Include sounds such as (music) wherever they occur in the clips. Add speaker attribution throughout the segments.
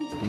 Speaker 1: tem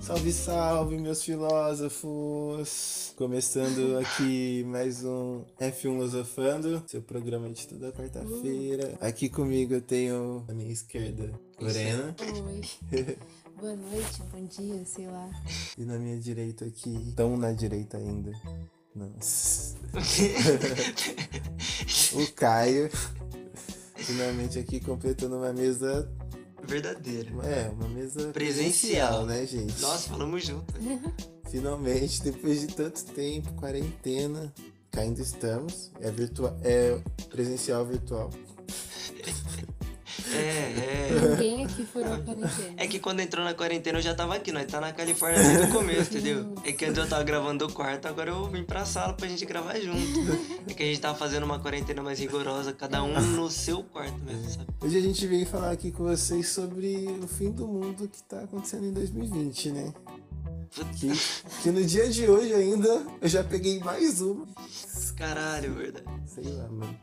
Speaker 2: Salve, salve, meus filósofos! Começando aqui mais um F1 Losofando, seu programa de toda
Speaker 3: Uh.
Speaker 2: quarta-feira. Aqui comigo eu tenho a minha esquerda, Lorena,
Speaker 4: Oi. Boa noite, bom dia, sei lá.
Speaker 2: e na minha direita aqui, tão na direita ainda.
Speaker 3: (laughs)
Speaker 2: Nossa. o Caio. Finalmente aqui completando uma mesa.
Speaker 3: Verdadeiro.
Speaker 2: É, uma mesa.
Speaker 3: Presencial.
Speaker 2: né, gente?
Speaker 3: Nossa, falamos junto.
Speaker 2: Finalmente, depois de tanto tempo, quarentena, que ainda estamos. É virtual, é presencial virtual.
Speaker 3: É, é.
Speaker 4: Ninguém aqui furou a quarentena.
Speaker 3: É que quando entrou na quarentena eu já tava aqui, nós tá na Califórnia desde o começo, entendeu? É que antes eu tava gravando do quarto, agora eu vim pra sala pra gente gravar junto. É que a gente tava fazendo uma quarentena mais rigorosa, cada um no seu quarto mesmo, sabe?
Speaker 2: Hoje a gente veio falar aqui com vocês sobre o fim do mundo que tá acontecendo em 2020, né? Que, que no dia de hoje ainda eu já peguei mais uma.
Speaker 3: Caralho, verdade.
Speaker 2: Sei lá, mano.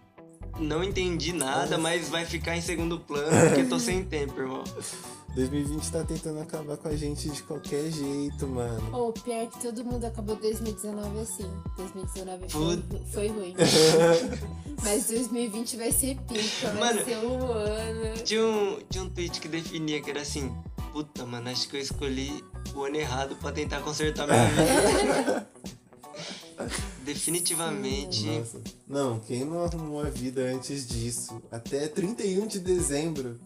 Speaker 3: Não entendi nada, mas vai ficar em segundo plano, porque eu tô sem tempo, irmão.
Speaker 2: 2020 tá tentando acabar com a gente de qualquer jeito, mano.
Speaker 4: Ou pior que todo mundo acabou 2019 assim. 2019 foi,
Speaker 3: Puta.
Speaker 4: foi ruim. Mas 2020 vai ser pica, vai
Speaker 3: Mano.
Speaker 4: ser um ano.
Speaker 3: Tinha um, tinha um tweet que definia que era assim: Puta, mano, acho que eu escolhi o ano errado pra tentar
Speaker 2: (laughs)
Speaker 3: consertar minha vida. Definitivamente.
Speaker 2: Nossa. Não, quem não arrumou a vida antes disso? Até 31 de dezembro.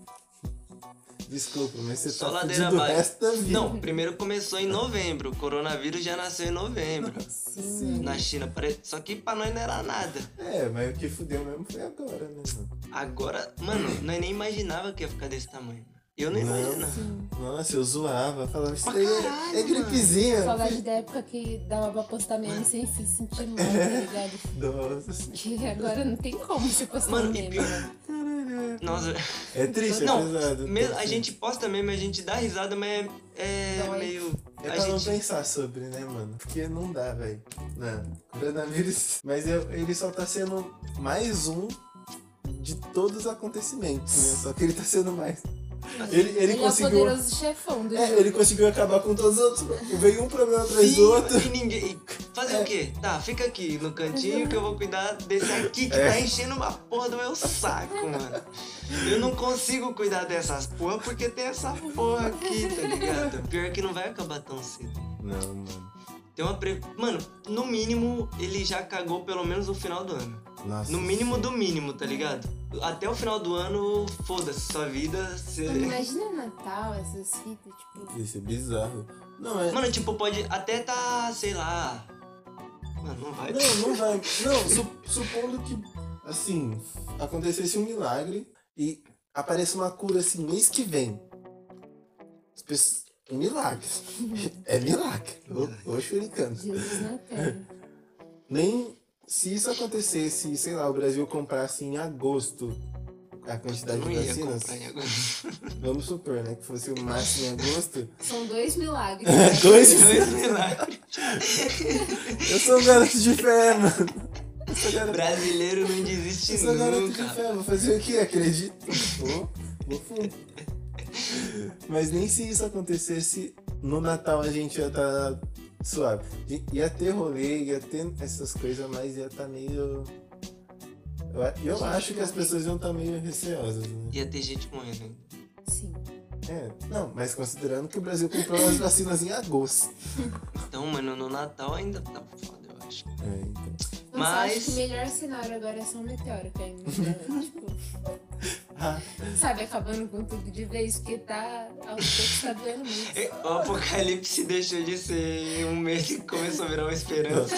Speaker 2: Desculpa, mas você
Speaker 3: Só
Speaker 2: tá
Speaker 3: ladeira
Speaker 2: fudido o resto da
Speaker 3: abaixo.
Speaker 2: vida.
Speaker 3: Não, primeiro começou em novembro. O coronavírus já nasceu em novembro.
Speaker 4: Sim.
Speaker 3: Na China. pare- Só que pra nós não era nada.
Speaker 2: É, mas o que fudeu mesmo foi agora, né, mano?
Speaker 3: Agora, mano, nós nem imaginava que ia ficar desse tamanho. Eu não
Speaker 2: Não.
Speaker 3: imaginava.
Speaker 2: Nossa, eu zoava, falava, isso daí é, é gripezinha.
Speaker 4: Saudade da época que dava pra postar meme sem se sentir mal, tá ligado?
Speaker 2: Nossa,
Speaker 4: Que agora não tem como você postar
Speaker 3: Mano, e
Speaker 4: meme.
Speaker 3: pior-
Speaker 4: né?
Speaker 3: Nossa.
Speaker 2: é triste, é pesado.
Speaker 3: Não, me- a gente posta mesmo, a gente dá risada, mas é, é
Speaker 4: Dói.
Speaker 3: meio.
Speaker 2: É
Speaker 3: a
Speaker 2: pra não
Speaker 3: gente-
Speaker 2: pensar sobre, né, mano? Porque não dá, velho. Não, coronavírus. (laughs) Mas eu- ele só tá sendo mais um de todos os acontecimentos, né? Só que ele tá sendo mais.
Speaker 3: Assim,
Speaker 2: Ele, ele,
Speaker 4: é o
Speaker 2: conseguiu.
Speaker 4: poderoso chefão do
Speaker 2: É,
Speaker 4: jogo.
Speaker 2: ele conseguiu acabar com todos os outros. mano. Veio um problema atrás
Speaker 3: Sim,
Speaker 2: do outro.
Speaker 3: E ninguém. e Fazer o quê? Tá, fica aqui no cantinho que eu vou cuidar desse aqui que
Speaker 2: É.
Speaker 3: tá enchendo uma porra do meu saco, mano. Eu não consigo cuidar dessas porra porque tem essa porra aqui, tá ligado? Pior que não vai acabar tão cedo.
Speaker 2: Não, mano.
Speaker 3: Tem uma pre... Mano, no mínimo ele já cagou pelo menos no final do ano.
Speaker 2: Nossa.
Speaker 3: No mínimo do mínimo, tá ligado? Até o final do ano, foda-se, sua vida. Cê...
Speaker 4: Imagina Natal, essas fitas, tipo.
Speaker 2: Isso é bizarro. Não, é.
Speaker 3: Mano, tipo, pode até tá, sei lá. Mano, não vai.
Speaker 2: Não, não vai. Não, su- supondo que, assim, acontecesse um milagre e apareça uma cura assim mês que vem. As pessoas... Milagre. (laughs) É milagre. Ô, ô, Shuriken.
Speaker 4: Jesus na Terra.
Speaker 2: Nem se isso acontecesse, sei lá, o Brasil comprasse em agosto a
Speaker 3: Eu
Speaker 2: quantidade
Speaker 3: não
Speaker 2: de
Speaker 3: ia
Speaker 2: vacinas.
Speaker 3: comprar em (laughs) agora.
Speaker 2: Vamos supor, né? Que fosse o máximo em agosto. (laughs)
Speaker 4: São dois milagres.
Speaker 2: Dois
Speaker 3: Dois milagres.
Speaker 2: Eu sou um garoto de fé, mano. Eu sou um garoto
Speaker 3: Brasileiro não desiste
Speaker 2: Eu sou garoto de
Speaker 3: nunca.
Speaker 2: fé, vou fazer o que? Acredito. Vou, vou fundo. Mas nem se isso acontecesse, no Natal a gente ia estar suave. I- Ia ter rolê, ia ter essas coisas, mas ia estar meio. Eu, a- eu acho que as pessoas iam estar meio receosas, né?
Speaker 3: Ia ter gente morrendo. ainda.
Speaker 4: Sim.
Speaker 2: É, não, mas considerando que o Brasil comprou as vacinas em agosto.
Speaker 3: Então, mano, no Natal ainda tá foda, eu acho.
Speaker 2: É, então.
Speaker 4: Nossa, Mas...
Speaker 3: Mas-
Speaker 4: acho que o melhor cenário agora é só um meteoro caindo. no céu, (laughs) tipo,
Speaker 2: Ah,
Speaker 4: sabe, acabando com tudo de vez, porque tá. aos poucos tá doendo muito.
Speaker 3: E- É, O apocalipse deixou de ser um medo e começou a virar uma esperança.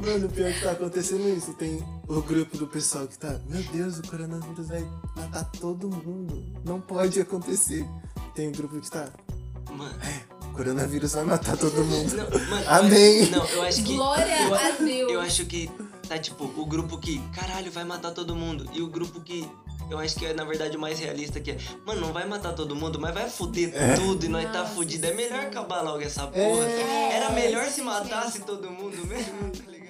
Speaker 2: Mano, o pior que tá acontecendo isso. Tem o grupo do pessoal que tá. Meu Deus, o coronavírus vai matar todo mundo. Não pode acontecer. Tem o grupo que tá.
Speaker 3: Mano.
Speaker 2: O coronavírus vai matar todo mundo.
Speaker 3: Não, mano, eu
Speaker 2: Amém.
Speaker 3: acho- não, eu acho que.
Speaker 4: Glória
Speaker 3: eu,
Speaker 4: a Deus.
Speaker 3: Eu acho que tá tipo o grupo que, caralho, vai matar todo mundo. E o grupo que. Eu acho que é, na verdade, o mais realista que é. Mano, não vai matar todo mundo, mas vai foder tudo e nós tá
Speaker 4: Nossa
Speaker 3: fudido. É melhor
Speaker 4: Senhora.
Speaker 3: acabar logo essa porra.
Speaker 2: É.
Speaker 3: Era melhor se matasse todo mundo mesmo, tá ligado?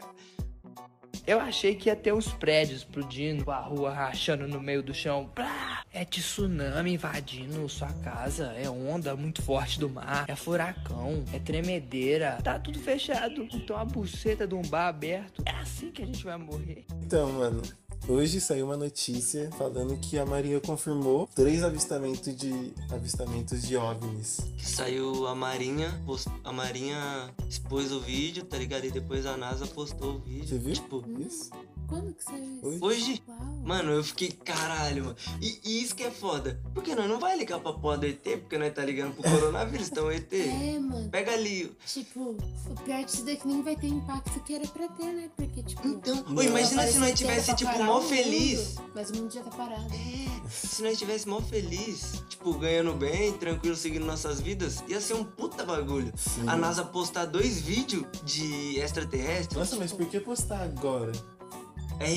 Speaker 5: Eu achei que ia ter os prédios explodindo, a rua rachando no meio do chão. Plá! É tsunami invadindo sua casa, é onda muito forte do mar, é furacão, é tremedeira. Tá tudo fechado, então a buceta de um bar aberto. É assim que a gente vai morrer.
Speaker 2: (laughs) Então, mano, hoje saiu uma notícia falando que a Marinha confirmou três avistamentos de avistamentos de OVNIs.
Speaker 3: Que saiu a Marinha, post- a Marinha expôs o vídeo, tá ligado? E depois a NASA postou o vídeo.
Speaker 2: Você viu?
Speaker 3: Tipo,
Speaker 2: Isso?
Speaker 4: Quando que saiu
Speaker 2: Hoje?
Speaker 4: isso?
Speaker 3: Hoje?
Speaker 4: Uau.
Speaker 3: Mano, eu fiquei, caralho, mano. E, e isso que é foda. Porque nós não vai ligar pra porra do ET, porque nós tá ligando pro coronavírus, então ET.
Speaker 4: É, mano.
Speaker 3: Pega ali.
Speaker 4: Tipo, o pior disso daqui nem vai ter o impacto que era pra ter, né? Porque, tipo.
Speaker 3: Então, ô, imagina se nós tivesse, tipo, mó
Speaker 4: mal
Speaker 3: feliz.
Speaker 4: Mas o mundo já tá parado.
Speaker 3: É, se nós tivesse mó feliz, tipo, ganhando bem, tranquilo, seguindo nossas vidas, ia ser um puta bagulho.
Speaker 2: Sim.
Speaker 3: A NASA postar dois vídeos de extraterrestre.
Speaker 2: Nossa, mas por que postar agora?
Speaker 3: É.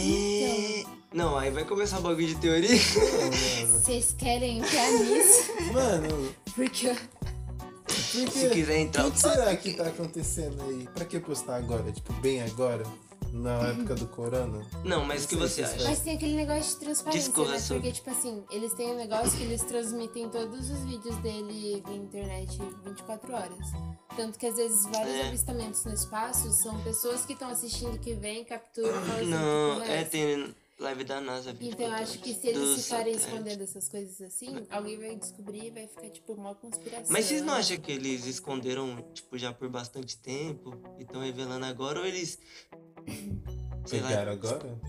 Speaker 4: Então.
Speaker 3: Não, aí vai começar o bagulho de teoria. (laughs)
Speaker 2: Ô,
Speaker 4: Vocês querem entrar nisso? (laughs)
Speaker 2: Mano, (laughs) mano
Speaker 4: Porque
Speaker 2: por
Speaker 3: Se
Speaker 2: que-
Speaker 3: quiser entrar,
Speaker 2: O que será que tá acontecendo aí? Pra que postar agora? Tipo, bem agora?
Speaker 3: Uhum.
Speaker 2: Na época do corona?
Speaker 3: Não, mas o que você acha?
Speaker 4: Mas tem aquele negócio de transparência,
Speaker 3: Discorra
Speaker 4: né?
Speaker 3: sobre-
Speaker 4: Porque, tipo assim, eles têm um negócio que eles transmitem todos os vídeos dele na internet 24 horas. Tanto que às vezes vários
Speaker 3: É.
Speaker 4: avistamentos no espaço são pessoas que estão assistindo que vem, capturam e falam assim,
Speaker 3: Não,
Speaker 4: "Que porra
Speaker 3: é,
Speaker 4: essa?"
Speaker 3: tem live da NASA.
Speaker 4: Então
Speaker 3: 24
Speaker 4: eu acho que se eles
Speaker 3: horas.
Speaker 4: ficarem
Speaker 3: Do satélite.
Speaker 4: escondendo essas coisas assim, alguém vai descobrir e vai ficar tipo uma conspiração.
Speaker 3: Mas vocês não
Speaker 4: né?
Speaker 3: acham que eles esconderam, tipo, já por bastante tempo e estão revelando agora?
Speaker 2: (laughs)
Speaker 3: Ou eles. Sei lá.
Speaker 2: Pegaram agora?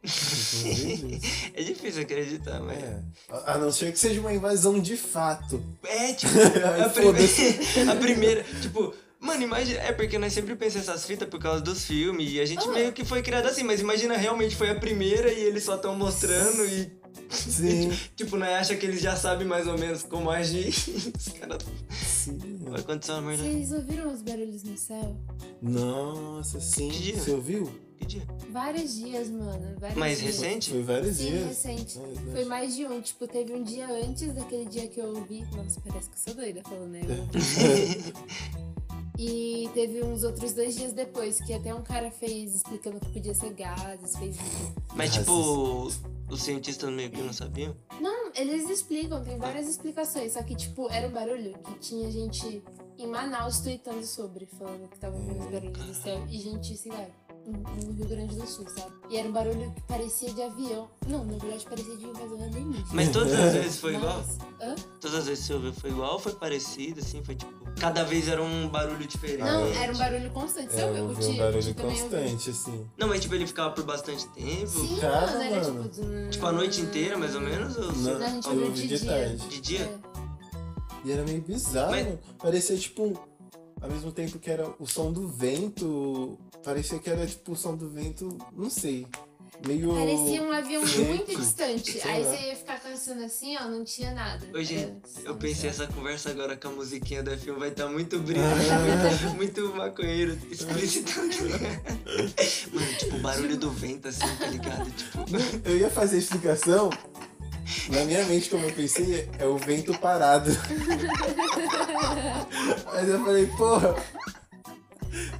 Speaker 3: (laughs)
Speaker 2: Inclusive,
Speaker 3: É difícil acreditar, mas.
Speaker 2: é. A a não ser que seja uma invasão de fato.
Speaker 3: (laughs) É, tipo,
Speaker 2: Ai,
Speaker 3: a, primeira, (laughs) a primeira. Tipo, mano, imagina. É porque nós sempre pensamos essas fitas por causa dos filmes e a
Speaker 4: Ah.
Speaker 3: gente meio que foi criado assim, mas imagina realmente foi a primeira e eles só estão mostrando e.
Speaker 2: Sim,
Speaker 3: Tipo, nós acha que eles já sabem mais ou menos como agir. (laughs) Os caras.
Speaker 2: sim.
Speaker 3: Vai acontecer é uma merda.
Speaker 4: Vocês ouviram os barulhos no céu?
Speaker 2: Nossa, sim.
Speaker 3: Que dia?
Speaker 2: Você ouviu?
Speaker 3: Que dia?
Speaker 4: Vários dias, mano. Vários
Speaker 3: Mais
Speaker 4: dias.
Speaker 3: recente?
Speaker 2: Foi vários
Speaker 4: Sim,
Speaker 2: dias.
Speaker 4: recente.
Speaker 2: É, né?
Speaker 4: Foi mais de um. Tipo, teve um dia antes daquele dia que eu ouvi. Nossa, parece que eu sou doida falando, né?
Speaker 3: É.
Speaker 4: Eu ouvi. (laughs) E teve uns outros dois dias depois, que até um cara fez explicando que podia ser gases, fez.
Speaker 3: Mas,
Speaker 2: Nossa.
Speaker 3: tipo, os- os cientistas meio que não sabiam.
Speaker 4: Não, eles explicam, tem várias explicações. Só que, tipo, era um barulho que tinha gente em Manaus tweetando sobre, falando que tava ouvindo os
Speaker 3: Hum.
Speaker 4: barulhos do céu. E gente, sei lá, no no Rio Grande do Sul, sabe? E era um barulho que parecia de avião. Não, na verdade parecia de invasão alienígena.
Speaker 3: Mas todas
Speaker 2: (laughs)
Speaker 3: as vezes foi igual?
Speaker 4: Mas- Hã?
Speaker 3: Todas as vezes que você ouviu foi igual ou foi parecido, assim? Foi tipo. Cada vez era um barulho diferente.
Speaker 4: Não, era um barulho constante. Você
Speaker 2: É,
Speaker 4: ouviu?
Speaker 2: eu
Speaker 4: O
Speaker 2: ouvi um
Speaker 4: Ti- o Ti
Speaker 2: barulho
Speaker 4: também ouviu.
Speaker 2: constante, assim.
Speaker 3: Não, mas tipo, ele ficava por bastante tempo.
Speaker 4: Sim,
Speaker 2: Cara,
Speaker 4: mano, era
Speaker 2: mano.
Speaker 4: tipo. zum.
Speaker 3: Tipo, a noite inteira, mais ou menos? Ou
Speaker 2: Não.
Speaker 4: Não, a gente
Speaker 2: Eu
Speaker 4: ouviu
Speaker 2: ouvi
Speaker 4: de
Speaker 2: de
Speaker 4: dia.
Speaker 2: tarde.
Speaker 3: De dia?
Speaker 4: É.
Speaker 2: E era meio bizarro.
Speaker 3: Mas-
Speaker 2: Parecia tipo. um- Ao mesmo tempo que era o som do vento. Parecia que era tipo o som do vento. Não sei. Meio.
Speaker 4: Parecia um
Speaker 3: (laughs)
Speaker 4: avião muito
Speaker 2: Gente,
Speaker 4: distante.
Speaker 2: sei
Speaker 4: Aí
Speaker 2: lá.
Speaker 4: você ia ficar cansando assim, ó, não tinha nada.
Speaker 3: Ô, gente,
Speaker 4: Era só
Speaker 3: eu
Speaker 4: um céu.
Speaker 3: pensei essa conversa agora com a musiquinha do F1 vai estar
Speaker 4: Ah.
Speaker 3: muito brilho, vai tá muito maconheiro, explícito.
Speaker 4: Ah.
Speaker 3: (laughs) Mano, tipo, o barulho do vento, assim, tá ligado? Tipo,
Speaker 2: Eu ia fazer a explicação. Na minha mente, como eu pensei, é o vento
Speaker 4: (laughs)
Speaker 2: parado. Mas eu falei, porra.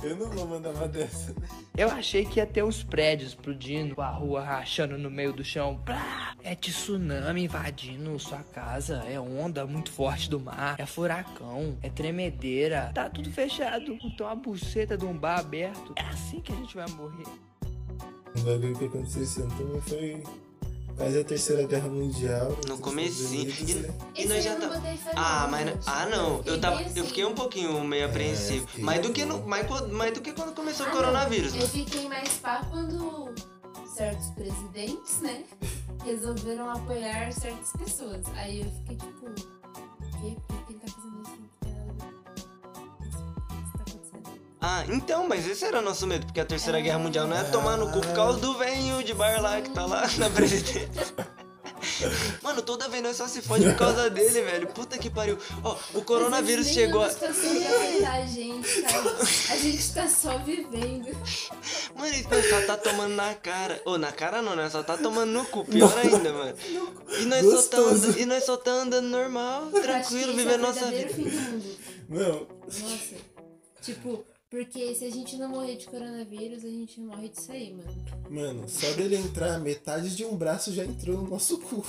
Speaker 2: Eu não vou mandar uma dessa.
Speaker 5: Eu achei que ia ter os prédios explodindo, a rua rachando no meio do chão. Plá! É tsunami invadindo sua casa, é onda muito forte do mar, é furacão, é tremedeira. Tá tudo fechado, então a buceta de um bar aberto. É assim que a gente vai morrer.
Speaker 2: O bagulho que aconteceu esse ano também foi quase a terceira guerra mundial.
Speaker 3: no
Speaker 2: Estados
Speaker 3: comecinho.
Speaker 2: Unidos, né?
Speaker 3: E, e nós
Speaker 4: Esse
Speaker 3: já
Speaker 4: eu não
Speaker 3: tá...
Speaker 4: botei fé,
Speaker 3: Ah,
Speaker 4: não,
Speaker 3: mas.
Speaker 4: gente. É,
Speaker 3: Ah, não. Eu, tava, eu fiquei um
Speaker 4: meio
Speaker 3: pouquinho meio apreensivo.
Speaker 2: fiquei-
Speaker 3: mais, do que no, mais, co- mais do que quando começou
Speaker 4: assim.
Speaker 3: o coronavírus.
Speaker 4: Eu fiquei mais pá quando certos presidentes, né, resolveram apoiar certas pessoas. Aí eu fiquei tipo, o quê? Por que ele tá fazendo isso? Não tem nada a ver. Isso- isso tá acontecendo.
Speaker 3: Ah, Ah, então, mas esse era nosso medo, porque a Terceira Guerra Mundial não é tomar no cu por causa do venho de bar lá que tá lá (laughs) na presidência. Mano, toda vez nós só se fode por causa dele, velho. Puta que pariu. Ó, o coronavírus
Speaker 4: Vocês nem
Speaker 3: chegou.
Speaker 4: numa
Speaker 3: A...
Speaker 4: situação de afetar a gente, sabe? A gente tá só vivendo.
Speaker 3: Mano, ele só tá tomando na cara. Ô, na cara não, né? Só tá tomando no cu, pior ainda, mano. E nós, só tá
Speaker 2: Gostoso.
Speaker 3: andando, e nós só tá andando
Speaker 4: Eu
Speaker 3: normal,
Speaker 4: acho que
Speaker 3: tranquilo,
Speaker 4: esse é
Speaker 3: vivendo
Speaker 4: o
Speaker 3: nossa
Speaker 4: verdadeiro
Speaker 3: vida.
Speaker 4: fim do mundo.
Speaker 2: Não,
Speaker 4: Nossa. Tipo, porque se a gente não morrer de coronavírus, a gente morre disso aí, mano.
Speaker 2: mano, só dele entrar, metade de um braço já entrou no nosso cu.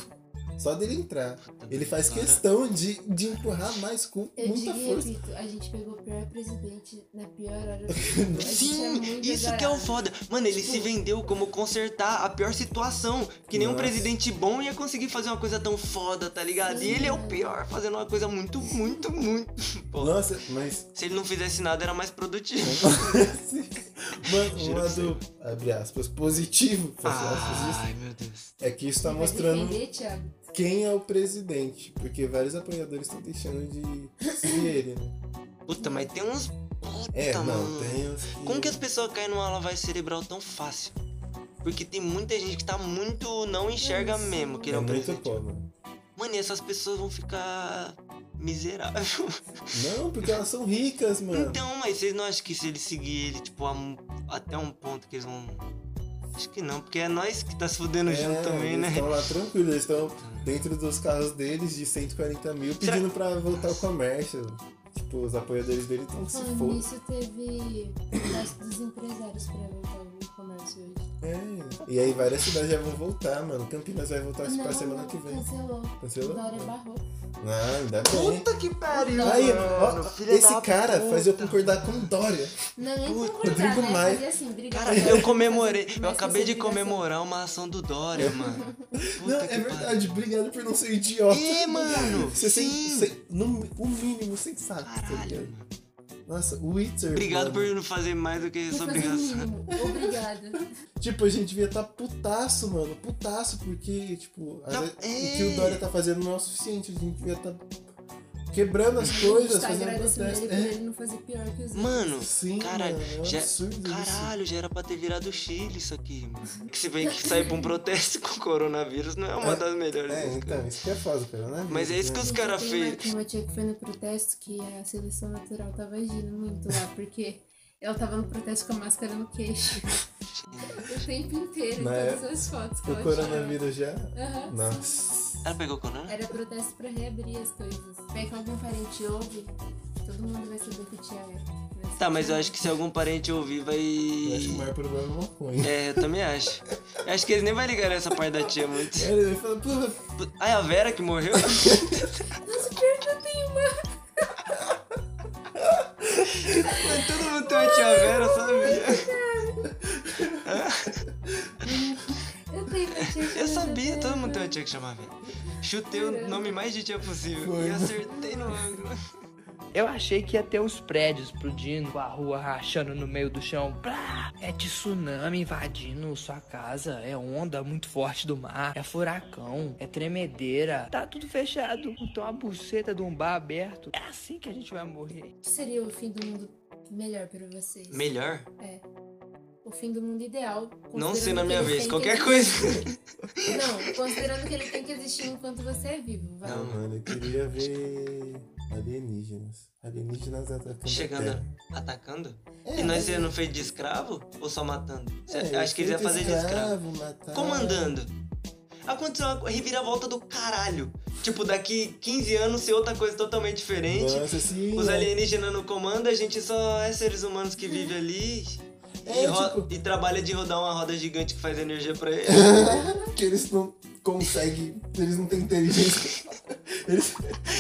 Speaker 2: Só dele entrar. Ele faz questão de, de empurrar mais com
Speaker 4: Eu
Speaker 2: muita
Speaker 4: digo e
Speaker 2: força.
Speaker 4: repito, a gente pegou o pior presidente na pior hora
Speaker 3: (laughs)
Speaker 4: do mundo. A gente é
Speaker 3: Sim,
Speaker 4: muito
Speaker 3: isso que é o
Speaker 4: azarado.
Speaker 3: foda. Mano, ele se vendeu como consertar a pior situação. Que nem um
Speaker 2: Nossa.
Speaker 3: presidente bom ia conseguir fazer uma coisa tão foda, tá ligado? E ele é o pior, fazendo uma coisa muito, muito, muito. Pô,
Speaker 2: Nossa, mas (laughs)
Speaker 3: se ele não fizesse nada, era mais produtivo.
Speaker 2: Mano, um lado, abre aspas, positivo fecha aspas, disso,
Speaker 3: Ai, meu Deus.
Speaker 2: é que isso tá
Speaker 4: Vai
Speaker 2: mostrando
Speaker 4: defender, Thiago.
Speaker 2: quem é o presidente, porque vários apoiadores estão deixando de seguir ele, né?
Speaker 3: Puta, mas tem uns. Puta,
Speaker 2: É, não,
Speaker 3: Tá, mano.
Speaker 2: tem os que... é
Speaker 3: Como que as pessoas caem numa lavagem cerebral tão fácil? Porque tem muita gente que tá muito. não enxerga
Speaker 4: Nossa.
Speaker 3: mesmo que
Speaker 2: É
Speaker 3: não
Speaker 2: muito
Speaker 3: presidente.
Speaker 2: bom, mano.
Speaker 3: Mano, e essas pessoas vão ficar. miseráveis.
Speaker 2: Não, porque elas são ricas, mano.
Speaker 3: (laughs) Então, mas vocês não acham que se ele seguir ele, tipo, a um- até um ponto que eles vão. Acho que não, porque é nós que tá se fudendo junto também,
Speaker 2: É, eles
Speaker 3: né?
Speaker 2: estão lá tranquilos, eles estão dentro dos carros deles de 140 mil pedindo pra voltar o comércio. Tipo, os apoiadores dele estão se
Speaker 4: Falando
Speaker 2: foda.
Speaker 4: nisso, teve festa dos empresários pra voltar o comércio hoje.
Speaker 2: É. E aí várias cidades já vão voltar, mano. Campinas vai voltar pra semana que vem.
Speaker 4: Cancelou.
Speaker 2: Cancelou?
Speaker 4: Dória barrou.
Speaker 2: Ah, ainda bem.
Speaker 3: Puta que pariu!
Speaker 2: Aí,
Speaker 3: mano,
Speaker 2: ó,
Speaker 3: filha
Speaker 2: esse
Speaker 3: da
Speaker 2: cara
Speaker 3: puta.
Speaker 2: faz eu (laughs) concordar com o Dória.
Speaker 4: Não, nem
Speaker 2: Puta,
Speaker 4: concordar,
Speaker 2: brigo
Speaker 4: né?
Speaker 2: mais.
Speaker 4: Fazia assim, brigar.
Speaker 3: Cara, eu comemorei, eu acabei de comemorar uma ação do Dória, mano. Puta
Speaker 2: não,
Speaker 3: que
Speaker 2: é
Speaker 3: pariu.
Speaker 2: verdade, obrigado por não ser idiota.
Speaker 3: É, mano,
Speaker 2: Você tem-
Speaker 3: sim.
Speaker 2: você- no, o mínimo sensato, tá
Speaker 3: Caralho,
Speaker 2: ligado?
Speaker 3: mano.
Speaker 2: Nossa, o Witzer.
Speaker 3: Obrigado
Speaker 2: mano.
Speaker 3: por não fazer mais do que
Speaker 4: Vou
Speaker 3: sua
Speaker 4: fazer o
Speaker 3: obrigação.
Speaker 4: Tipo assim, mínimo. Obrigada.
Speaker 2: Tipo, a gente devia estar putaço, mano. Putaço, porque, tipo, às
Speaker 3: Não,
Speaker 2: vezes
Speaker 3: é.
Speaker 2: o que o Dória tá fazendo não é o suficiente. A gente devia estar quebrando
Speaker 3: (laughs)
Speaker 2: as coisas,
Speaker 4: Tá
Speaker 2: fazendo
Speaker 4: agradecendo
Speaker 2: protesto.
Speaker 4: ele por
Speaker 2: É,
Speaker 4: ele não fazer pior que os outros.
Speaker 3: Mano,
Speaker 2: Sim,
Speaker 3: caralho,
Speaker 2: mano, é um
Speaker 3: já,
Speaker 2: absurdo isso.
Speaker 3: caralho, já era pra ter virado Chile isso aqui, mano. Que se vê que sair pra um protesto (laughs) com o coronavírus não é uma
Speaker 2: É,
Speaker 3: das melhores.
Speaker 2: é,
Speaker 3: coisas.
Speaker 2: então, isso que é foda, cara, né?
Speaker 3: Mas é isso que os caras
Speaker 4: Tem uma,
Speaker 3: fez.
Speaker 4: tem uma tia que foi no protesto que a seleção natural tava agindo muito lá, porque ela tava no protesto com a máscara no queixo. o tempo inteiro, em
Speaker 2: Mas
Speaker 4: todas as fotos que
Speaker 2: O
Speaker 3: Uhum.
Speaker 4: ela
Speaker 2: coronavírus já.
Speaker 4: tirava. Aham.
Speaker 2: Nossa.
Speaker 3: Ela pegou o corona?
Speaker 4: Era protesto pra reabrir as coisas. Vai que algum parente ouve, todo mundo vai saber que tia é. Vai ser
Speaker 3: Tá, mas
Speaker 4: tia.
Speaker 3: eu acho que se algum parente ouvir vai.
Speaker 2: Eu acho que o maior problema é uma maconha.
Speaker 3: É, eu também acho. Eu acho que eles nem vão ligar nessa parte da tia muito.
Speaker 2: Ele vai falar, porra,
Speaker 3: Ai, a Vera
Speaker 2: (laughs)
Speaker 3: que morreu?
Speaker 4: Nossa, pior que eu tenho uma.
Speaker 3: Mas todo mundo tem uma tia Vera, (laughs) sabe?
Speaker 4: Eu tenho uma tia que chama
Speaker 3: Eu sabia, todo
Speaker 4: Vera.
Speaker 3: mundo tem uma tia que chamava Vera. Chutei o nome mais de tia possível e acertei no ângulo.
Speaker 5: Eu achei que ia ter uns prédios explodindo, a rua rachando no meio do chão. Plá! É tsunami invadindo sua casa, é onda muito forte do mar, é furacão, é tremedeira. Tá tudo fechado, então a buceta de um bar aberto. É assim que a gente vai morrer.
Speaker 4: O que seria o fim do mundo melhor pra vocês?
Speaker 3: Melhor?
Speaker 4: É. O fim do mundo ideal.
Speaker 3: Não
Speaker 4: considerando
Speaker 3: sei na
Speaker 4: que
Speaker 3: minha
Speaker 4: ele
Speaker 3: vez,
Speaker 4: tem
Speaker 3: qualquer
Speaker 4: que-
Speaker 3: coisa. (laughs)
Speaker 4: Não, considerando que ele tem que existir enquanto você é vivo. Vai.
Speaker 2: Não, mano, eu queria ver alienígenas. Alienígenas atacando. a
Speaker 3: Chegando,
Speaker 2: Terra.
Speaker 3: atacando?
Speaker 2: É,
Speaker 3: E nós
Speaker 2: mas-
Speaker 3: sendo feito de escravo ou só matando? Cê-
Speaker 2: é,
Speaker 3: acho que eles iam fazer de escravo.
Speaker 2: matar.
Speaker 3: comandando. Aconteceu uma co- reviravolta do caralho. Tipo, daqui 15 anos ser outra coisa totalmente diferente.
Speaker 2: Nossa, sim.
Speaker 3: Os
Speaker 2: é.
Speaker 3: alienígenas no comando, a gente só é seres humanos que vive ali.
Speaker 2: É,
Speaker 3: e, ro-
Speaker 2: tipo-
Speaker 3: e trabalha de rodar uma roda gigante que faz energia
Speaker 2: (laughs)
Speaker 3: pra ele.
Speaker 2: que eles não conseguem. Eles não têm inteligência. (laughs) Eles,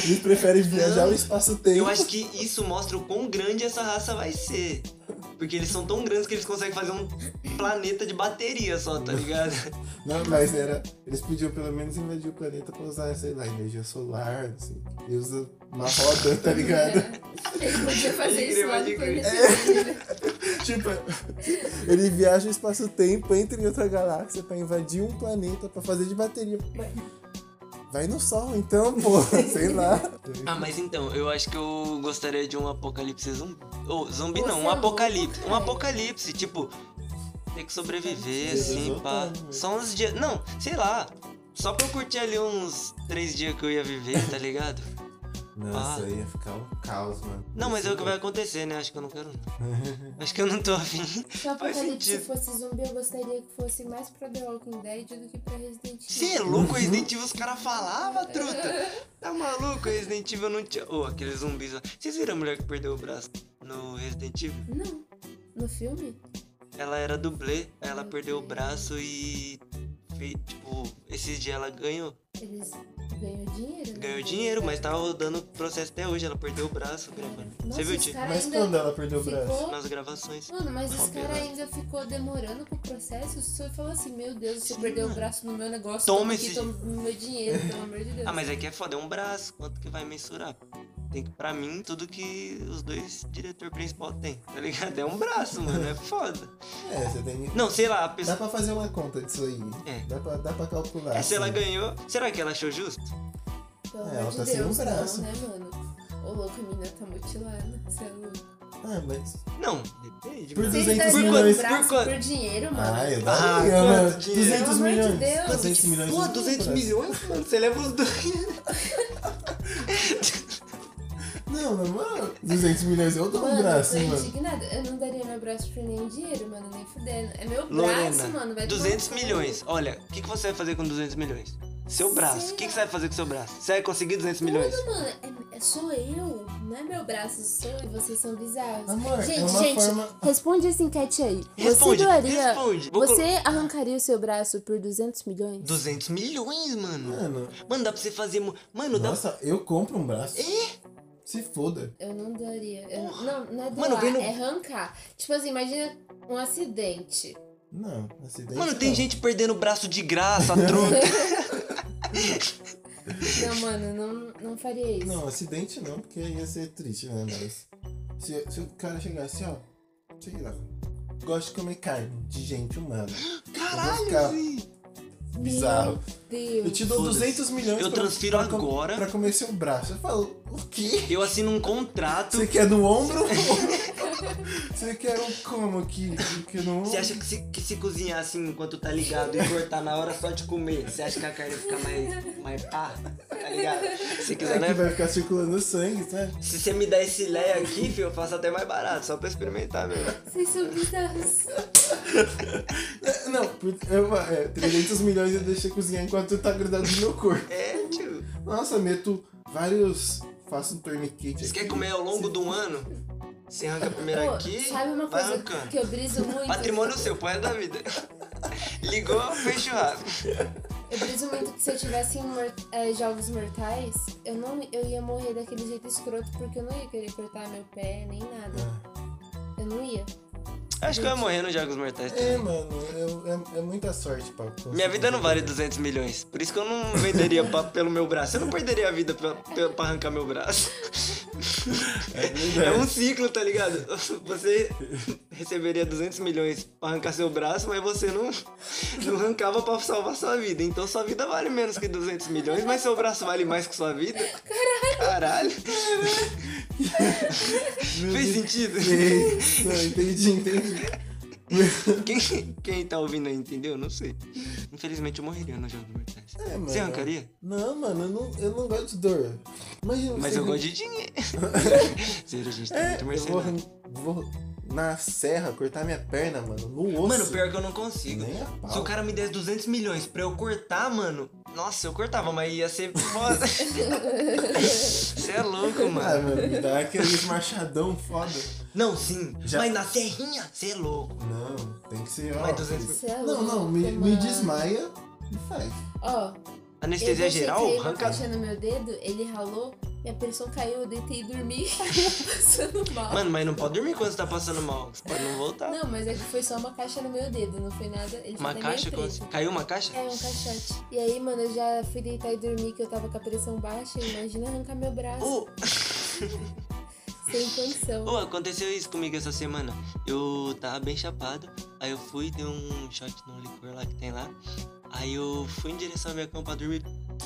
Speaker 2: eles preferem viajar o espaço-tempo.
Speaker 3: Eu acho que isso mostra o quão grande essa raça vai ser. Porque eles são tão grandes que eles conseguem fazer um planeta de bateria só, tá ligado?
Speaker 2: Não, mas era. Eles podiam pelo menos invadir o planeta pra usar, sei lá, energia solar, assim. E usa uma roda, tá
Speaker 3: (laughs)
Speaker 2: ligado?
Speaker 4: É, Ele podia fazer isso
Speaker 3: Pode crer, É,
Speaker 4: lá
Speaker 3: pode
Speaker 4: no
Speaker 3: crer.
Speaker 4: planeta.
Speaker 2: Tipo, ele viaja o espaço-tempo, entra em outra galáxia pra invadir um planeta pra fazer de bateria. Vai no sol então, pô. (laughs) Sei lá.
Speaker 3: Ah, mas então, eu acho que eu gostaria de um apocalipse zumbi. Ou zumbi
Speaker 4: Você
Speaker 3: não, um
Speaker 4: é
Speaker 3: apocalipse.
Speaker 4: louco,
Speaker 3: Um
Speaker 4: cara.
Speaker 3: apocalipse, tipo, ter
Speaker 4: é
Speaker 3: que sobreviver,
Speaker 2: Jesus,
Speaker 3: assim,
Speaker 2: eu
Speaker 4: né?
Speaker 3: pá.
Speaker 2: tô, velho.
Speaker 3: Só uns dias. Não, sei lá. Só pra eu curtir ali uns três dias que eu ia viver, tá ligado?
Speaker 2: Nossa,
Speaker 3: Ah.
Speaker 2: ia ficar um caos, mano.
Speaker 3: Não, mas é o que vai acontecer, né? Acho que eu não quero, não.
Speaker 4: (laughs)
Speaker 3: Acho que eu não tô afim.
Speaker 4: Se o
Speaker 3: Faz
Speaker 4: apocalipse
Speaker 3: sentido.
Speaker 4: fosse zumbi, eu gostaria que fosse mais pra The Walking Dead do que pra Resident Evil.
Speaker 3: Você é louco, Resident
Speaker 4: Uhum.
Speaker 3: Evil, os caras falavam, truta. Tá maluco, Resident Evil não tinha. Ô, aqueles zumbis lá. Vocês viram a mulher que perdeu o braço no Resident Evil?
Speaker 4: Não. No filme?
Speaker 3: Ela era dublê, aí ela perdeu o braço e. fe- Tipo, esses dias ela ganhou.
Speaker 4: Eles ganham dinheiro, né?
Speaker 3: Ganhou dinheiro, mas tava rodando o processo até hoje. Ela perdeu o braço gravando.
Speaker 4: Nossa, é
Speaker 3: Você viu,
Speaker 4: os
Speaker 3: Ti?
Speaker 4: cara
Speaker 2: Mas
Speaker 4: ainda
Speaker 2: quando ela perdeu o braço?
Speaker 4: ficou-
Speaker 3: Nas gravações.
Speaker 4: Mano, mas esse
Speaker 3: Combinado.
Speaker 4: cara ainda ficou demorando pro processo. Você falou assim, meu Deus, você perdeu o braço no meu negócio,
Speaker 3: Toma
Speaker 4: toma
Speaker 3: esse-
Speaker 4: aqui, toma no meu dinheiro, pelo amor de Deus.
Speaker 3: Ah, mas aqui é foda, é um braço. Quanto que vai mensurar? Tem que, pra mim, tudo que os dois diretor principal tem, tá ligado? É um braço, mano, é foda.
Speaker 2: É, você tem que.
Speaker 3: Não, sei lá, a
Speaker 2: Dá
Speaker 3: pessoa.
Speaker 2: pra fazer uma conta disso aí.
Speaker 3: É.
Speaker 2: Dá pra, dá pra calcular.
Speaker 3: É, se ela
Speaker 2: assim.
Speaker 3: ganhou, será que ela achou justo?
Speaker 4: Pelo
Speaker 2: É,
Speaker 4: amor
Speaker 2: ela
Speaker 4: de
Speaker 2: tá sem
Speaker 4: Deus,
Speaker 2: um braço.
Speaker 4: não, né, mano? Ô, louco, a menina tá mutilada. Você é louco.
Speaker 2: Ah, mas.
Speaker 3: Não, depende.
Speaker 2: Por
Speaker 3: mano.
Speaker 4: Você está
Speaker 2: 200
Speaker 4: dando
Speaker 2: milhões.
Speaker 4: um braço
Speaker 3: Por
Speaker 4: por,
Speaker 3: quanto?
Speaker 4: dinheiro, mano.
Speaker 2: Ah, eu
Speaker 3: Ah,
Speaker 2: daria,
Speaker 3: quanto
Speaker 2: mano.
Speaker 3: dinheiro?
Speaker 2: 200
Speaker 4: Pelo amor de
Speaker 2: milhões.
Speaker 4: Deus.
Speaker 2: 200 milhões. um
Speaker 3: Pô,
Speaker 2: não dá
Speaker 3: 200
Speaker 2: pra-
Speaker 3: milhões, mano, você leva os dois.
Speaker 2: Não, mas, mano, 200 milhões eu dou um
Speaker 4: Mano,
Speaker 2: braço,
Speaker 4: eu tô
Speaker 2: mano.
Speaker 4: indignada. Eu não daria meu braço por nenhum dinheiro, mano, nem fudendo. É meu braço, mano.
Speaker 3: Lorena,
Speaker 4: Vai
Speaker 3: 200
Speaker 4: tomar no cu.
Speaker 3: milhões. Olha, o que, que você vai fazer com 200 milhões? Seu
Speaker 4: Sei
Speaker 3: braço. O que, que você vai fazer com seu braço? Você vai conseguir 200 milhões?
Speaker 4: é. Tudo, mano. É, é- sou eu, não é meu braço, sou eu. Vocês são bizarros.
Speaker 2: Amor, é
Speaker 4: gente,
Speaker 2: uma
Speaker 4: gente,
Speaker 2: forma-
Speaker 4: responde essa enquete aí.
Speaker 3: Responde,
Speaker 4: você doaria.
Speaker 3: responde. Vou
Speaker 4: Você arrancaria o seu braço por 200 milhões?
Speaker 3: 200 milhões, mano.
Speaker 2: Mano,
Speaker 3: Mano, dá pra você fazer. mu- Mano, dá pra.
Speaker 2: nossa, eu compro um braço.
Speaker 3: É?
Speaker 2: Se foda.
Speaker 4: Eu não daria. Eu- não, não é doar,
Speaker 3: Mano, vem no-
Speaker 4: é arrancar. Tipo assim, imagina um acidente.
Speaker 2: Não, acidente.
Speaker 3: Mano, tem
Speaker 2: não.
Speaker 3: gente perdendo o braço de graça,
Speaker 2: (laughs)
Speaker 3: truta.
Speaker 4: Não, mano, não, não faria isso.
Speaker 2: Não, acidente não, porque ia ser triste, né? Mas. Se, se o cara chegasse, ó. Sei lá. Gosto de comer carne de gente humana.
Speaker 3: Caralho,
Speaker 2: ficar-
Speaker 3: zi.
Speaker 2: Bizarro.
Speaker 4: Deus.
Speaker 2: Eu te dou
Speaker 3: Foda-se.
Speaker 2: 200 milhões
Speaker 3: Eu
Speaker 2: pra-
Speaker 3: transfiro
Speaker 2: pra, com-
Speaker 3: agora.
Speaker 2: Pra comer seu braço. Eu falo, o quê?
Speaker 3: Eu assino um contrato.
Speaker 2: Você quer no
Speaker 3: (laughs)
Speaker 2: ombro? Você quer um como aqui? é Você quer no ombro?
Speaker 3: Você acha que se, que se cozinhar assim enquanto tá ligado e cortar na hora só de comer, você acha que a carne fica mais, mais pá? Tá ligado? Se
Speaker 2: É
Speaker 3: quiser,
Speaker 2: que
Speaker 3: né?
Speaker 2: vai ficar circulando sangue, sabe?
Speaker 3: Se você me der esse lé aqui, filho, eu faço até mais barato, só pra experimentar mesmo.
Speaker 4: Vocês são bizarros.
Speaker 2: É, Não, por- eu, é, 300 milhões eu deixei cozinhar enquanto tá grudado no meu corpo.
Speaker 3: É, tio.
Speaker 2: Nossa, meto vários. Faço um tourniquet.
Speaker 3: Você
Speaker 2: aqui.
Speaker 3: quer comer ao longo de um ano? Você arranca primeiro
Speaker 4: Pô,
Speaker 3: Tá aqui,
Speaker 4: sabe uma
Speaker 3: vai
Speaker 4: coisa
Speaker 3: arrancando.
Speaker 4: que eu briso muito?
Speaker 3: Patrimônio seu, põe da vida. (laughs) Ligou, fez churrasco.
Speaker 4: Eu briso muito que se eu tivesse em mor- eh, jogos mortais, eu não eu ia morrer daquele jeito escroto, porque eu não ia querer cortar meu pé nem nada.
Speaker 2: Ah.
Speaker 3: É.
Speaker 4: Eu não ia.
Speaker 3: Acho que eu ia morrer nos Jogos Mortais.
Speaker 2: É, mano, é, é- é muita sorte, pra conseguir.
Speaker 3: Minha vida não vale 200 milhões, por isso que eu não venderia pra- pelo meu braço. Eu não perderia a vida pra, pra- pra arrancar meu braço. É um ciclo, tá ligado? Você receberia 200 milhões pra arrancar seu braço, mas você não, não arrancava pra salvar sua vida. Então sua vida vale menos que 200 milhões, mas seu braço vale mais que sua vida. Caralho. Fez sentido?
Speaker 2: Não, entendi, entendi.
Speaker 3: Quem, quem tá ouvindo aí entendeu? Não sei. Infelizmente eu morreria nos Jogos Mortais.
Speaker 2: É, mano.
Speaker 3: Você arrancaria?
Speaker 2: Não, mano, eu não, eu não gosto de dor. Imagina
Speaker 3: Mas
Speaker 2: você
Speaker 3: eu gosto
Speaker 2: (laughs)
Speaker 3: de dinheiro. Sério, a gente tá
Speaker 2: É,
Speaker 3: muito
Speaker 2: eu vou,
Speaker 3: mercenário.
Speaker 2: vou na serra cortar minha perna, mano, no osso.
Speaker 3: Mano, pior que eu não consigo.
Speaker 2: Nem a pau.
Speaker 3: Se o cara me desse 200 milhões pra eu cortar, mano. Nossa, eu cortava, mas ia
Speaker 2: (laughs)
Speaker 3: ser foda. Você é louco,
Speaker 2: Ah,
Speaker 3: mano.
Speaker 2: mano, me dá
Speaker 3: (laughs)
Speaker 2: aquele machadão foda.
Speaker 3: Não, sim.
Speaker 2: Já-
Speaker 3: Mas na serrinha, você é louco.
Speaker 2: Não, tem que ser, ó.
Speaker 3: Mas 200
Speaker 4: Você é
Speaker 2: Não, não,
Speaker 4: louco,
Speaker 2: me, me
Speaker 4: mano.
Speaker 2: desmaia e faz.
Speaker 4: Ó, eu
Speaker 3: Anestesia
Speaker 4: deixei
Speaker 3: geral,
Speaker 4: cair uma
Speaker 3: arranca.
Speaker 4: faixa no meu dedo, ele ralou, minha pressão caiu, eu deitei e dormi. (laughs) Passando mal.
Speaker 3: Mano, mas não pode dormir quando você tá passando mal. Você pode não voltar.
Speaker 4: Não, mas é que foi só uma caixa no meu dedo, não foi nada. Ele
Speaker 3: uma
Speaker 4: fica meio
Speaker 3: caixa?
Speaker 4: preto.
Speaker 3: quando- Caiu uma caixa?
Speaker 4: É, um caixote. E aí, mano, eu já fui deitar e dormir que eu tava com a pressão baixa. Imagina arrancar meu
Speaker 2: É.
Speaker 4: braço
Speaker 3: Ô,
Speaker 4: sem condição.
Speaker 3: Ô, aconteceu isso comigo essa semana. Eu tava bem chapado, aí eu fui, dei um shot no licor lá que tem lá. Aí eu fui em direção à minha cama pra dormir.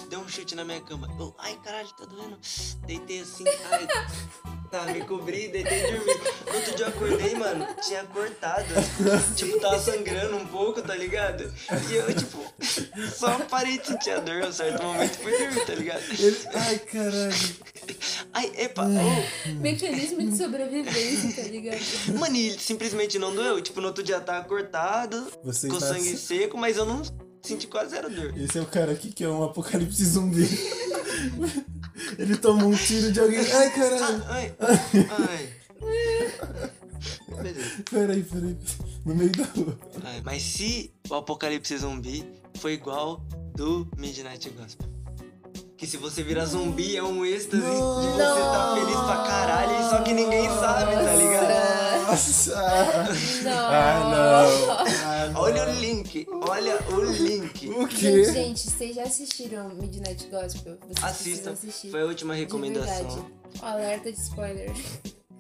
Speaker 3: deu um chute na minha cama. Eu, ai, caralho, tá doendo. Deitei assim, ai. Tá, me cobri, deitei e dormi. No outro dia eu acordei, mano, tinha cortado. Tipo, tava sangrando um pouco, tá ligado? E eu, tipo, só parei de sentir a dor em um certo momento e fui dormir, tá ligado?
Speaker 2: Ele- Ai, caralho.
Speaker 3: Ai, epa, ô.
Speaker 4: Mecanismo de sobrevivência, tá ligado?
Speaker 3: Mano, e simplesmente não doeu. Tipo, no outro dia tava cortado,
Speaker 2: Você
Speaker 3: com
Speaker 2: tá-
Speaker 3: sangue seco, mas eu não senti quase zero dor.
Speaker 2: Esse é o cara aqui que é um apocalipse zumbi. (laughs) Ele tomou um tiro de alguém. Ai, caralho.
Speaker 3: Ai, Ah, ai. Beleza.
Speaker 2: Peraí, peraí. No meio da rua.
Speaker 3: Ai, Mas se o apocalipse zumbi foi igual do Midnight Gospel. Que se você virar zumbi é um êxtase de você tá feliz pra caralho, só que ninguém sabe, tá ligado?
Speaker 2: Nossa.
Speaker 4: Não.
Speaker 2: Ah, não. Ah, não.
Speaker 3: Olha o link, olha o link.
Speaker 2: O
Speaker 4: Gente,
Speaker 2: quê?
Speaker 4: gente, vocês já assistiram Midnight Gospel? Vocês
Speaker 3: Assista,
Speaker 4: precisam assistir.
Speaker 3: foi a última
Speaker 4: De
Speaker 3: recomendação.
Speaker 4: verdade. Ó, Alerta de spoiler.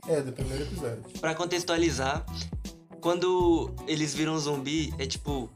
Speaker 2: É, do primeiro episódio.
Speaker 3: Pra contextualizar, quando eles viram zumbi, é tipo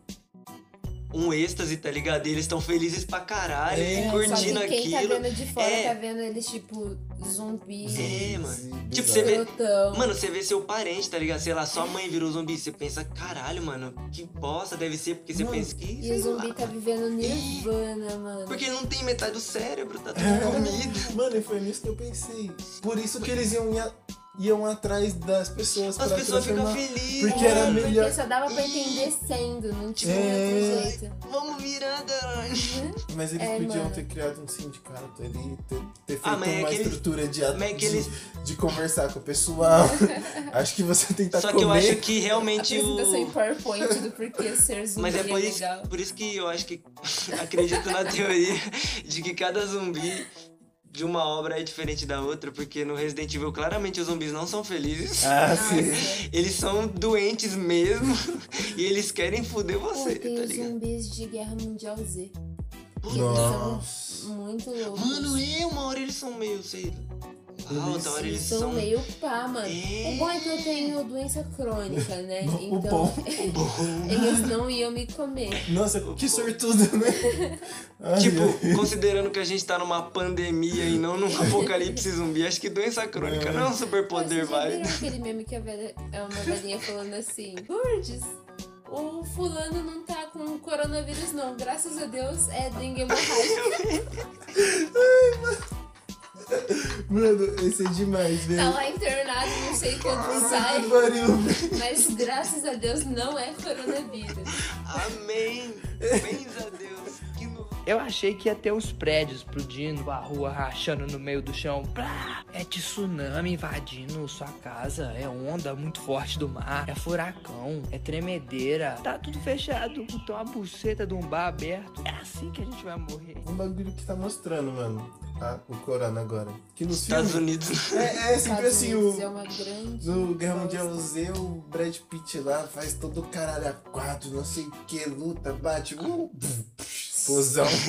Speaker 3: um êxtase, tá ligado? E eles estão felizes pra caralho,
Speaker 2: É,
Speaker 3: e curtindo
Speaker 4: Só que quem
Speaker 3: aquilo.
Speaker 4: tá vendo de fora
Speaker 3: É.
Speaker 4: tá vendo eles, tipo, zumbi,
Speaker 3: É, mano.
Speaker 2: Sim,
Speaker 3: Tipo, você
Speaker 2: bizarro.
Speaker 3: vê,
Speaker 4: escrotão.
Speaker 3: Mano, você vê seu parente, tá ligado? Sei lá, sua mãe virou zumbi. Você pensa, caralho, mano, que bosta deve ser, porque você
Speaker 2: Mano,
Speaker 3: pensa que.
Speaker 4: E
Speaker 3: sei
Speaker 4: o zumbi
Speaker 3: lá.
Speaker 4: tá vivendo nirvana, mano.
Speaker 3: Porque não tem metade do cérebro,
Speaker 2: É,
Speaker 3: tá tudo
Speaker 2: (laughs)
Speaker 3: comido.
Speaker 2: um Mano, e foi nisso que eu pensei. Por isso que eles iam, ia- iam atrás das pessoas
Speaker 3: As
Speaker 2: pra
Speaker 3: pessoas ficam
Speaker 2: transformar.
Speaker 3: felizes.
Speaker 2: porque era
Speaker 3: mano. assim,
Speaker 2: melhor.
Speaker 4: Porque só dava pra entender sendo, não tinha
Speaker 2: É.
Speaker 4: outro jeito.
Speaker 3: Vamos virar, Darane.
Speaker 2: Mas eles
Speaker 4: É,
Speaker 2: podiam
Speaker 4: mano.
Speaker 2: ter criado um sindicato ali, ter, ter feito
Speaker 3: Ah, mas é
Speaker 2: uma
Speaker 3: que eles-
Speaker 2: estrutura de,
Speaker 3: mas é que
Speaker 2: de,
Speaker 3: eles-
Speaker 2: de conversar com o pessoal.
Speaker 4: (laughs)
Speaker 2: acho que você tentar
Speaker 3: Só
Speaker 2: comer. tá
Speaker 3: que eu acho que realmente
Speaker 4: Apresentação em
Speaker 3: o.
Speaker 4: PowerPoint do porquê ser zumbi
Speaker 3: Mas é por isso,
Speaker 4: legal.
Speaker 3: por isso que eu acho que (laughs) acredito na teoria (laughs) de que cada zumbi de uma obra é diferente da outra, porque no Resident Evil claramente os zumbis não são felizes.
Speaker 2: Ah, sim.
Speaker 3: Eles são doentes mesmo (laughs) e eles querem foder
Speaker 4: Pô,
Speaker 3: (laughs) você,
Speaker 4: tem
Speaker 3: tá
Speaker 4: os
Speaker 3: ligado?
Speaker 4: zumbis de Guerra Mundial Z. Que eles
Speaker 2: Nossa.
Speaker 4: são muito loucos.
Speaker 3: Mano, e uma hora eles são meio, sei lá, outra hora
Speaker 4: eles
Speaker 3: eles
Speaker 4: são
Speaker 3: são...
Speaker 4: meio pá, mano.
Speaker 3: É.
Speaker 4: O bom é que eu tenho doença crônica, né?
Speaker 2: (laughs) O
Speaker 4: Então
Speaker 2: bom.
Speaker 3: (laughs)
Speaker 4: eles não iam me comer.
Speaker 2: Nossa, que sortudo, né?
Speaker 4: (laughs)
Speaker 2: Ai, ai. (laughs)
Speaker 3: Tipo, considerando que a gente tá numa pandemia e não num apocalipse zumbi, acho que doença crônica não é um superpoder,
Speaker 4: Vocês já
Speaker 3: vai.
Speaker 4: viram aquele meme que a velha, é uma velhinha falando assim, Lourdes, o fulano não tá com coronavírus não, graças a Deus é dengue hemorrágica.
Speaker 2: Mano, esse é demais, velho.
Speaker 4: Tá lá internado, não sei quando
Speaker 2: Puta que
Speaker 4: sai,
Speaker 2: pariu.
Speaker 4: mas graças a Deus não é coronavírus.
Speaker 3: Amém! Bens a Deus! Que no...
Speaker 5: Eu achei que ia ter uns prédios explodindo, a rua rachando no meio do chão. Plá! É tsunami invadindo sua casa, é onda muito forte do mar, é furacão, é tremedeira. Tá tudo fechado, então a buceta de um bar aberto. É assim que a gente vai morrer.
Speaker 2: Um bagulho que tá mostrando, mano. a- o Corona agora. Que nos
Speaker 3: Estados
Speaker 2: filmes.
Speaker 3: Unidos.
Speaker 2: É, é sempre
Speaker 4: Estados
Speaker 2: assim,
Speaker 4: Unidos
Speaker 2: o,
Speaker 4: é uma grande...
Speaker 2: No Guerra
Speaker 4: bosta.
Speaker 2: Mundial Z, o Brad Pitt lá faz todo o caralho a quatro, não sei o que, luta, bate, uh, pf, pf, explosão.
Speaker 3: (laughs)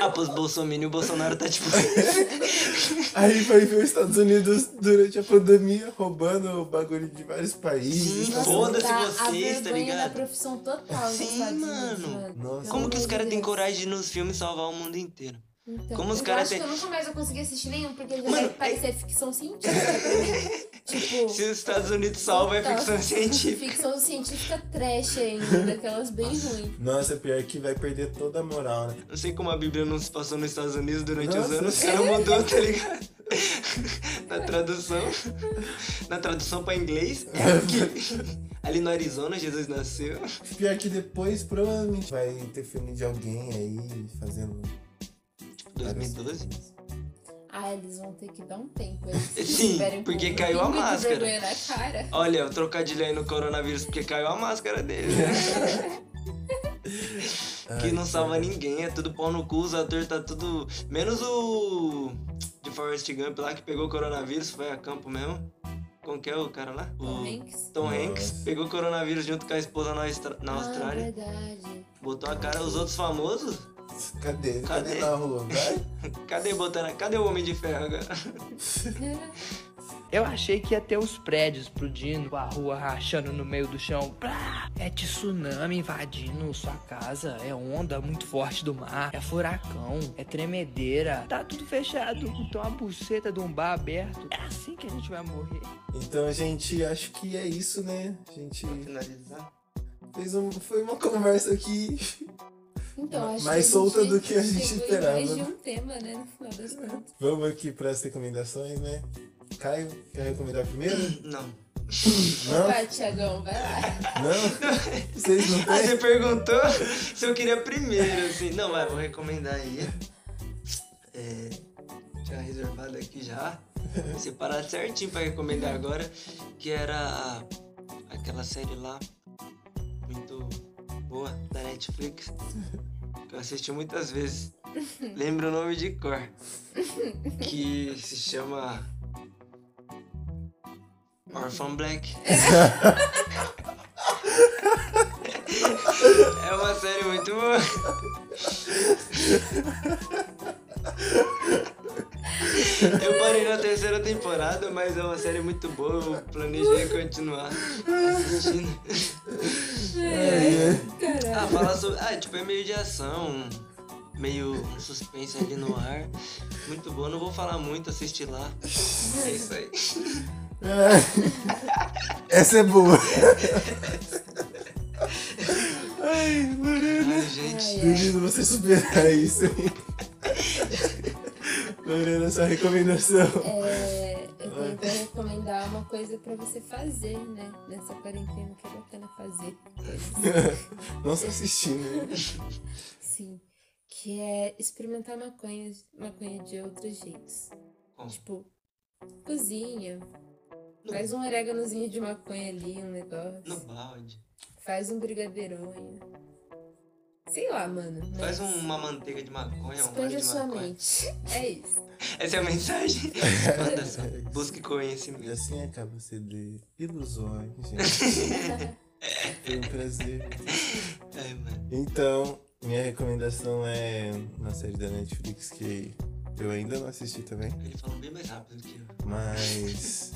Speaker 3: Ah, pros Bolsonaro e o Bolsonaro tá tipo.
Speaker 2: Aí foi ver os Estados Unidos durante a pandemia roubando o bagulho de vários países.
Speaker 3: Sim,
Speaker 2: Nossa,
Speaker 3: foda-se
Speaker 4: tá a
Speaker 3: vocês, tá
Speaker 4: vergonha
Speaker 3: ligado?
Speaker 4: da profissão total nos
Speaker 3: Sim,
Speaker 4: Estados Unidos,
Speaker 3: mano.
Speaker 4: mano.
Speaker 2: Nossa.
Speaker 3: Como que os caras têm
Speaker 4: Deus.
Speaker 3: coragem de nos filmes salvar o mundo inteiro?
Speaker 4: Então,
Speaker 3: Como os
Speaker 4: eu
Speaker 3: cara
Speaker 4: acho
Speaker 3: tem-
Speaker 4: que eu nunca mais vou conseguir assistir nenhum, porque ele já
Speaker 3: Mano,
Speaker 4: vai parecer ficção científica pra mim.
Speaker 3: (laughs)
Speaker 4: tipo,
Speaker 3: Se os Estados Unidos salvam, é
Speaker 4: total.
Speaker 3: ficção científica.
Speaker 4: Ficção científica trash ainda, daquelas bem ruins.
Speaker 2: Nossa, pior que vai perder toda a moral, né?
Speaker 3: Não sei como a Bíblia não se passou nos Estados Unidos durante os
Speaker 2: Nossa.
Speaker 3: anos, o cara mudou, tá ligado? (laughs) Na tradução. Na tradução pra inglês, é o que. Ali no Arizona, Jesus nasceu.
Speaker 2: Pior que depois provavelmente vai ter filme de alguém aí fazendo.
Speaker 3: 2012.
Speaker 4: Ah, eles vão ter que dar um tempo. Eles se
Speaker 3: Sim,
Speaker 4: tiverem
Speaker 3: porque
Speaker 4: com um
Speaker 3: caiu a
Speaker 4: pingo de
Speaker 3: máscara.
Speaker 4: vergonha na cara.
Speaker 3: Olha, o trocadilho aí no coronavírus, porque caiu a máscara dele. né? que não salva ninguém, é tudo pau no cu, os atores tá tudo. Menos o. De Forrest Gump lá que pegou o coronavírus, foi a campo mesmo. Como que é o cara lá?
Speaker 4: Tom
Speaker 3: O-
Speaker 4: Hanks.
Speaker 3: Tom
Speaker 2: Nossa.
Speaker 3: Hanks pegou coronavírus junto com a esposa na, Austra- na
Speaker 4: Ah,
Speaker 3: Austrália.
Speaker 4: verdade.
Speaker 3: Botou a cara. Os outros famosos?
Speaker 2: Cadê? Cadê,
Speaker 3: Cadê?
Speaker 2: na rua? Vai?
Speaker 3: Cadê botando? a- Cadê o Homem de Ferro agora?
Speaker 5: Eu achei que ia ter os prédios explodindo, a rua rachando no meio do chão. Plá! É tsunami invadindo sua casa, é onda muito forte do mar, é furacão, é tremedeira. Tá tudo fechado, então a buceta de um bar aberto. É assim que a gente vai morrer.
Speaker 2: Então, gente, acho que é isso, né? A gente
Speaker 3: Finalizar.
Speaker 2: fez um, foi uma conversa aqui.
Speaker 4: (laughs) Então, acho
Speaker 2: Mais
Speaker 4: que
Speaker 2: solta
Speaker 4: a gente
Speaker 2: do que a gente
Speaker 4: chegou em
Speaker 2: esperava,
Speaker 4: Mais de
Speaker 2: né?
Speaker 4: um tema, né? No final das contas.
Speaker 2: Vamos aqui para as recomendações, né? Caio, quer recomendar primeiro?
Speaker 3: Não.
Speaker 2: Não?
Speaker 4: Vai, Tiagão, vai lá.
Speaker 2: Não? Vocês não
Speaker 3: Ah, você
Speaker 2: têm?
Speaker 3: perguntou se eu queria primeiro, assim. Não, mas vou recomendar aí. É, tinha reservado aqui já. Separado certinho pra recomendar agora. Que era a- aquela série lá. Muito boa, da Netflix. Que eu assisti muitas vezes. Lembro o nome de cor. Que se chama. Orphan Black. É uma série muito boa. Eu parei na terceira temporada, mas é uma série muito boa. Eu planejei continuar assistindo. Ah, fala sobre. Ah, tipo, é meio de ação, meio um suspense ali no ar. Muito boa, não vou falar muito, assiste lá. É isso aí.
Speaker 2: Essa é boa.
Speaker 3: Ai, gente.
Speaker 2: Duvido você superar isso, hein? Lorena, sua recomendação. (laughs)
Speaker 4: É, eu tenho pra recomendar uma coisa pra você fazer, né? Nessa quarentena que é bacana fazer. coisas.
Speaker 2: Não se assistindo. né?
Speaker 4: Sim. Que é experimentar maconha, maconha de outros jeitos.
Speaker 3: Como?
Speaker 4: Tipo, cozinha. Faz um oréganozinho de maconha ali, um negócio.
Speaker 3: No balde.
Speaker 4: Faz um brigadeironho. Sei lá, mano. mas
Speaker 3: Faz uma manteiga de maconha, um
Speaker 4: Expande
Speaker 3: molho
Speaker 4: a
Speaker 3: de
Speaker 4: sua
Speaker 3: maconha.
Speaker 4: mente. É isso.
Speaker 3: Essa é a mensagem. Manda só. Busque conhecimento.
Speaker 2: E assim acaba o CD Ilusões, gente. Foi um prazer.
Speaker 3: É, mano.
Speaker 2: Então, minha recomendação é uma série da Netflix que eu ainda não assisti também,
Speaker 3: Ele falou bem mais rápido que eu.
Speaker 2: mas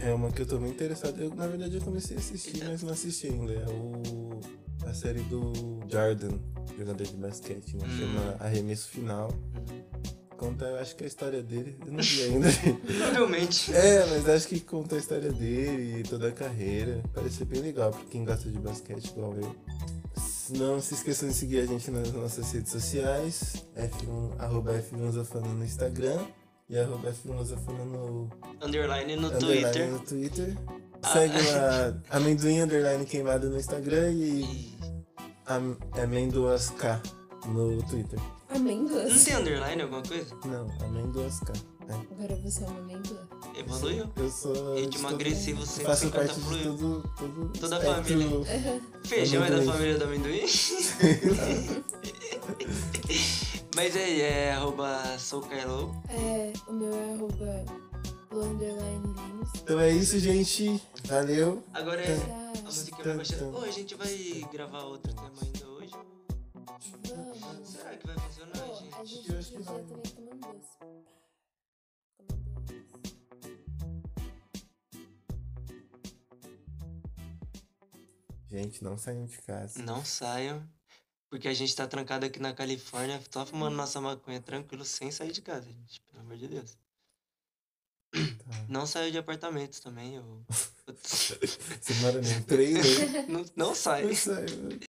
Speaker 2: é uma que eu tô muito interessado. Eu, na verdade, eu comecei a assistir, mas não assisti ainda. É o, a série do Jordan, jogador de basquete, né?
Speaker 3: Hum.
Speaker 2: Chama Arremesso Final. Conta, eu acho que é a história dele. Eu não vi ainda.
Speaker 3: Provavelmente.
Speaker 2: É, mas acho que conta a história dele e toda a carreira. Parece ser bem legal pra quem gosta de basquete igual eu. S- Não se esqueçam de seguir a gente nas nossas redes sociais, F1, arroba F1 Lusofana no Instagram e arroba F1 Lusofana no,
Speaker 3: Underline no
Speaker 2: underline
Speaker 3: Twitter. Ah.
Speaker 2: no Twitter. Segue lá amendoim underline queimado no Instagram e
Speaker 3: E
Speaker 2: am, amendoask no Twitter.
Speaker 3: Não
Speaker 4: Amêndoas.
Speaker 3: tem underline alguma coisa?
Speaker 2: Não, amendoask. É.
Speaker 4: Agora você é uma amêndoa.
Speaker 3: Evoluiu.
Speaker 2: Eu sou.
Speaker 3: E de
Speaker 2: estou-
Speaker 3: uma agressivo
Speaker 2: Faço
Speaker 3: 150
Speaker 2: parte
Speaker 3: pro
Speaker 2: de todo, todo é,
Speaker 3: Toda a
Speaker 2: espectro
Speaker 3: família. Feijão é da
Speaker 2: Amendoim.
Speaker 3: família do
Speaker 2: (laughs)
Speaker 3: amendoim. Mas aí, é arroba soucarlow.
Speaker 4: É, o meu é arroba o underline Linus.
Speaker 2: Então é isso, gente. Valeu.
Speaker 3: Agora é
Speaker 4: Ah,
Speaker 3: a música vai baixando. Ô, a gente vai gravar outro tema ainda hoje.
Speaker 4: vamos.
Speaker 3: Será que vai funcionar,
Speaker 4: Pô, a
Speaker 3: gente?
Speaker 4: gente
Speaker 2: eu acho que
Speaker 4: podia
Speaker 2: vai.
Speaker 4: também tomar um doce. Tomar um doce.
Speaker 2: Gente, não saiam de casa.
Speaker 3: Não saiam. Porque a gente tá trancado aqui na Califórnia, só fumando
Speaker 4: Uhum.
Speaker 3: nossa maconha tranquilo, sem sair de casa, gente. Pelo amor de Deus.
Speaker 2: Tá.
Speaker 3: Não saiam de apartamentos também. Eu... (laughs) eu-
Speaker 2: Você mora num trailer?
Speaker 3: não, não
Speaker 2: Não
Speaker 3: sai.
Speaker 2: saiam.